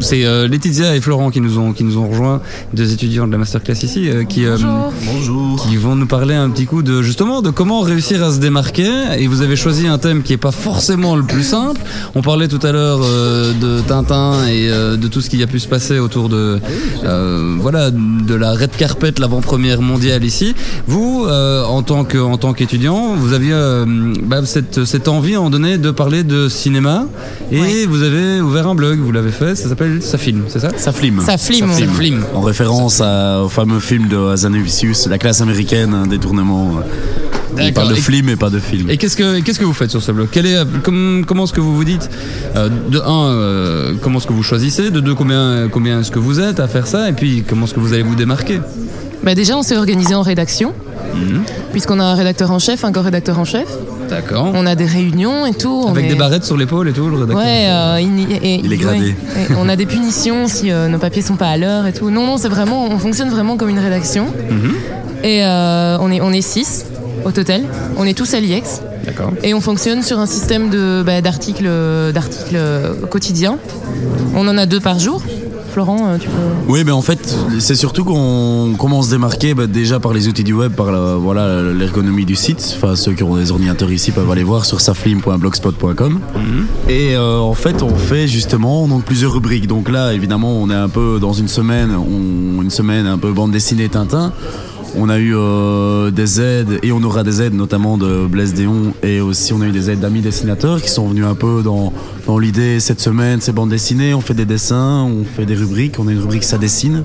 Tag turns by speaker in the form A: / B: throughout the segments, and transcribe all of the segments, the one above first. A: C'est euh, Laetitia et Florent qui nous ont qui nous ont rejoints, deux étudiants de la masterclass ici, euh, qui euh,
B: Bonjour.
A: qui vont nous parler un petit coup de justement de comment réussir à se démarquer. Et vous avez choisi un thème qui est pas forcément le plus simple. On parlait tout à l'heure euh, de Tintin et euh, de tout ce qui a pu se passer autour de euh, voilà de la red carpet, l'avant-première mondiale ici. Vous, euh, en tant que en tant qu'étudiant, vous aviez euh, bah, cette cette envie à un moment donné de parler de cinéma et vous avez ouvert un blog. Vous l'avez fait. Ça s'appelle Ça filme, c'est ça
B: Ça flime.
C: Ça flime. Ça
A: flime.
B: En référence à- au fameux film de Hazanavicius, la classe américaine, un détournement. On
A: D'accord.
B: parle de
A: Et-
B: flim et pas de film.
A: Et qu'est-ce que qu'est-ce que vous faites sur ce blog Quel est comme- comment est-ce que vous vous dites euh, de un euh, comment est-ce que vous choisissez de deux combien combien est-ce que vous êtes à faire ça et puis comment est-ce que vous allez vous démarquer
C: Bah déjà, on s'est organisé en rédaction, puisqu'on a un rédacteur en chef, un co-rédacteur en chef.
A: D'accord.
C: On a des réunions et tout. on
A: Avec
C: est-
A: des barrettes sur l'épaule et tout le rédacteur.
C: Ouais, euh, il, et-
B: Il est gradé.
C: ouais. Et on a des punitions si euh, nos papiers sont pas à l'heure et tout. Non, non, c'est vraiment, on fonctionne vraiment comme une rédaction. Et euh, on est, on est six au total. On est tous à l'IEX.
A: D'accord.
C: Et on fonctionne sur un système de bah, d'articles, d'articles euh, quotidiens. On en a deux par jour. Florent, euh, tu peux.
B: Oui, mais en fait, c'est surtout qu'on commence à se démarquer bah, déjà par les outils du web, par la- voilà l'ergonomie du site. Enfin, ceux qui ont des ordinateurs ici peuvent aller voir sur saflim.blogspot.com.
A: Mhm.
B: Et euh, en fait, on fait justement donc plusieurs rubriques. Donc là, évidemment, on est un peu dans une semaine, on- une semaine un peu bande dessinée Tintin. On a eu euh, des aides et on aura des aides notamment de Blaise Déon et aussi on a eu des aides d'amis dessinateurs qui sont venus un peu dans, dans l'idée cette semaine, ces bandes dessinées, on fait des dessins, on fait des rubriques, on a une rubrique ça dessine.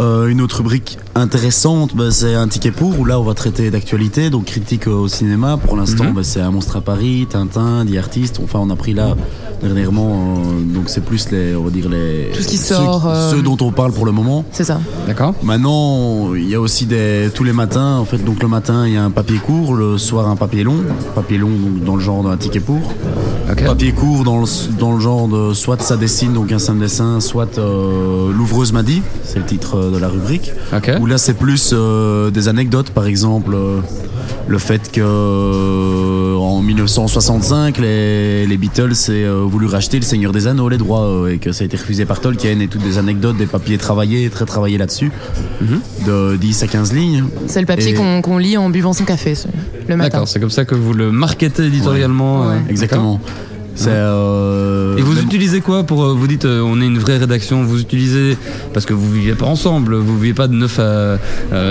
B: Euh, une autre rubrique intéressante, bah, c'est un ticket pour où là on va traiter d'actualité, donc critique euh, au cinéma. Pour l'instant,
C: Mhm.
B: bah, c'est un monstre à Paris, Tintin, des artistes. Enfin, on a pris là dernièrement, euh, donc c'est plus les, on va dire les
C: Tout ce qui
B: ceux-
C: sort, euh,
B: ceux dont on parle pour le moment.
C: C'est ça.
A: D'accord.
B: Maintenant, il y a aussi des, tous les matins, en fait, donc le matin, il y a un papier court, le soir, un papier long. Papier long, donc dans le genre d'un ticket pour.
A: Ok.
B: Papier court, dans le, dans le genre de soit ça dessine, donc un simple dessin, soit euh, l'ouvreuse m'a dit, c'est le titre euh, de la rubrique.
A: Ok.
B: Où là, c'est plus euh, des anecdotes, par exemple. euh, le fait que euh, en 1965, les, les Beatles aient euh, voulu racheter le Seigneur des Anneaux, les droits, euh, et que ça a été refusé par Tolkien, et toutes des anecdotes, des papiers travaillés, très travaillés là-dessus,
A: Mm-hmm.
B: de 10 à 15 lignes.
C: C'est le papier
B: Et-
C: qu'on qu'on lit en buvant son café ce- le matin.
A: D'accord. C'est comme ça que vous le marketez éditorialement.
C: Ouais.
A: euh,
C: Ouais.
B: Exactement. C'est. euh,
A: Et vous
B: même-
A: utilisez quoi pour euh, vous dites euh, on est une vraie rédaction vous utilisez parce que vous vivez pas ensemble vous vivez pas de 9 à euh,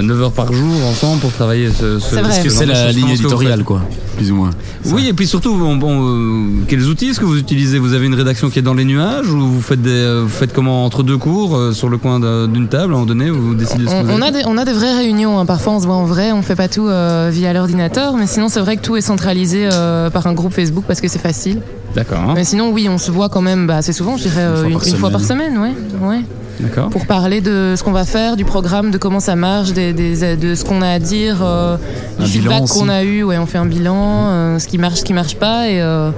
A: 9 heures par jour ensemble pour travailler ce, ce
C: C'est vrai.
A: ce
C: Est-ce
B: que c'est
A: genre de
B: la
A: choses.
B: ligne
A: Comment est-ce que vous faites
B: éditoriale, quoi, plus ou moins.
A: Oui, et puis surtout, bon, bon, euh, quels outils est-ce que vous utilisez Vous avez une rédaction qui est dans les nuages ou vous faites, des, euh, vous faites comment entre deux cours euh, sur le coin d'un- d'une table à un moment donné vous décidez ce que
C: On,
A: vous
C: on
A: allez
C: a
A: faire
C: des, on a des vraies réunions, hein. parfois on se voit en vrai, on fait pas tout euh, via l'ordinateur, mais sinon c'est vrai que tout est centralisé euh, par un groupe Facebook parce que c'est facile.
A: D'accord, hein,
C: Mais sinon oui, on se voit quand même bah, assez souvent, je dirais euh, une,
B: Une fois par
C: une fois par semaine, ouais, ouais,
A: d'accord.
C: pour parler de ce qu'on va faire, du programme, de comment ça marche, des, des- de ce qu'on a à dire, euh,
B: Un
C: du
B: bilan
C: feedback
B: aussi.
C: qu'on a eu, ouais, on fait un bilan, euh, ce qui marche, ce qui marche pas, et, euh,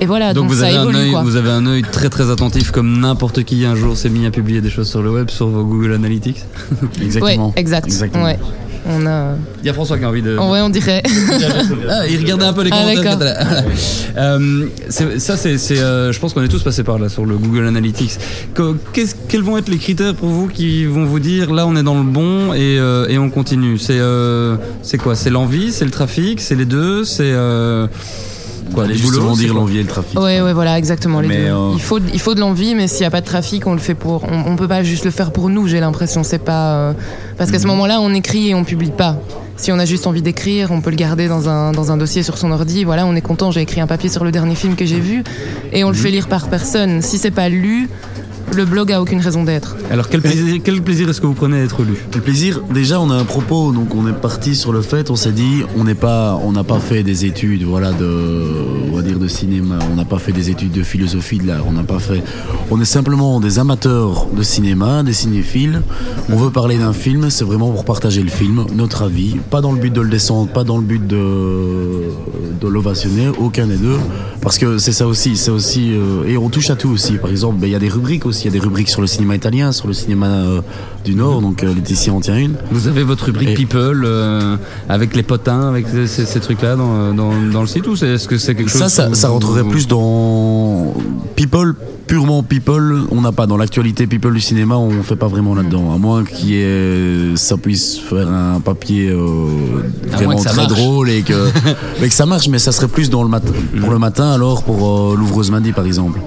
C: et voilà,
A: Donc,
C: donc,
A: vous,
C: ça
A: avez un
C: évolue.
A: œil,
C: quoi.
A: vous avez un œil très très attentif comme n'importe qui un jour s'est mis à publier des choses sur le web, sur vos Google Analytics.
C: Ouais,
B: Exactement.
C: exact.
B: Exactement.
C: Ouais. On a...
A: Il y a François qui a envie de...
C: En vrai, on dirait.
A: Ah, il regardait un peu les
C: Ah,
A: commentaires.
C: d'accord.
A: Euh, c'est- ça, c'est, c'est, euh, je pense qu'on est tous passés par là sur le Google Analytics. Que- qu'est-ce- quels vont être les critères pour vous qui vont vous dire là on est dans le bon et, euh, et on continue C'est euh, c'est quoi C'est l'envie, c'est le trafic, c'est les deux, c'est euh, quoi
B: Allez,
A: du
B: justement
A: boulot, c'est
B: dire
A: quoi
B: l'envie et le trafic.
C: Ouais, ouais, voilà, exactement. Les
B: Mais,
C: deux.
B: euh,
C: Il, faut, il faut de l'envie, mais s'il n'y a pas de trafic, on le fait pour. On, on peut pas juste le faire pour nous, j'ai l'impression. C'est pas. euh, parce
B: Mhm.
C: qu'à ce moment-là, on écrit et on publie pas. Si on a juste envie d'écrire, on peut le garder dans un, dans un dossier sur son ordi. Voilà, on est content, j'ai écrit un papier sur le dernier film que j'ai vu. Et
B: Mhm.
C: on le fait lire par personne. Si c'est pas lu, le blog a aucune raison d'être.
A: Alors quel plaisir, quel plaisir est-ce que vous prenez à être lu
B: Le plaisir, déjà on a un propos, donc on est parti sur le fait, on s'est dit, on n'est pas, on n'a pas fait des études, voilà, de, on va dire de cinéma, on n'a pas fait des études de philosophie de l'art, on n'a pas fait, on est simplement des amateurs de cinéma, des cinéphiles. On veut parler d'un film, c'est vraiment pour partager le film, notre avis, pas dans le but de le descendre, pas dans le but de, de l'ovationner, aucun des deux, parce que c'est ça aussi, c'est aussi, euh, et on touche à tout aussi. Par exemple, ben, il y a des rubriques choses. Il y a des rubriques sur le cinéma italien, sur le cinéma euh, du Nord, donc euh, Laetitia en tient une.
A: Vous avez votre rubrique
B: Et-
A: People euh, avec les potins, avec ces, ces- ces trucs-là dans, dans- dans le site ou c'est- est-ce que c'est quelque chose
B: Ça, ça,
A: que
B: ça
A: vous-
B: rentrerait plus dans People, purement People. On n'a pas dans l'actualité People du cinéma, on fait pas vraiment là-dedans. À moins que ça puisse faire un papier euh,
A: À moins
B: vraiment
A: que ça
B: très
A: marche.
B: drôle et que, mais que ça marche, mais ça serait plus dans le mat- pour le matin alors pour euh, l'ouvreuse Mandy par exemple.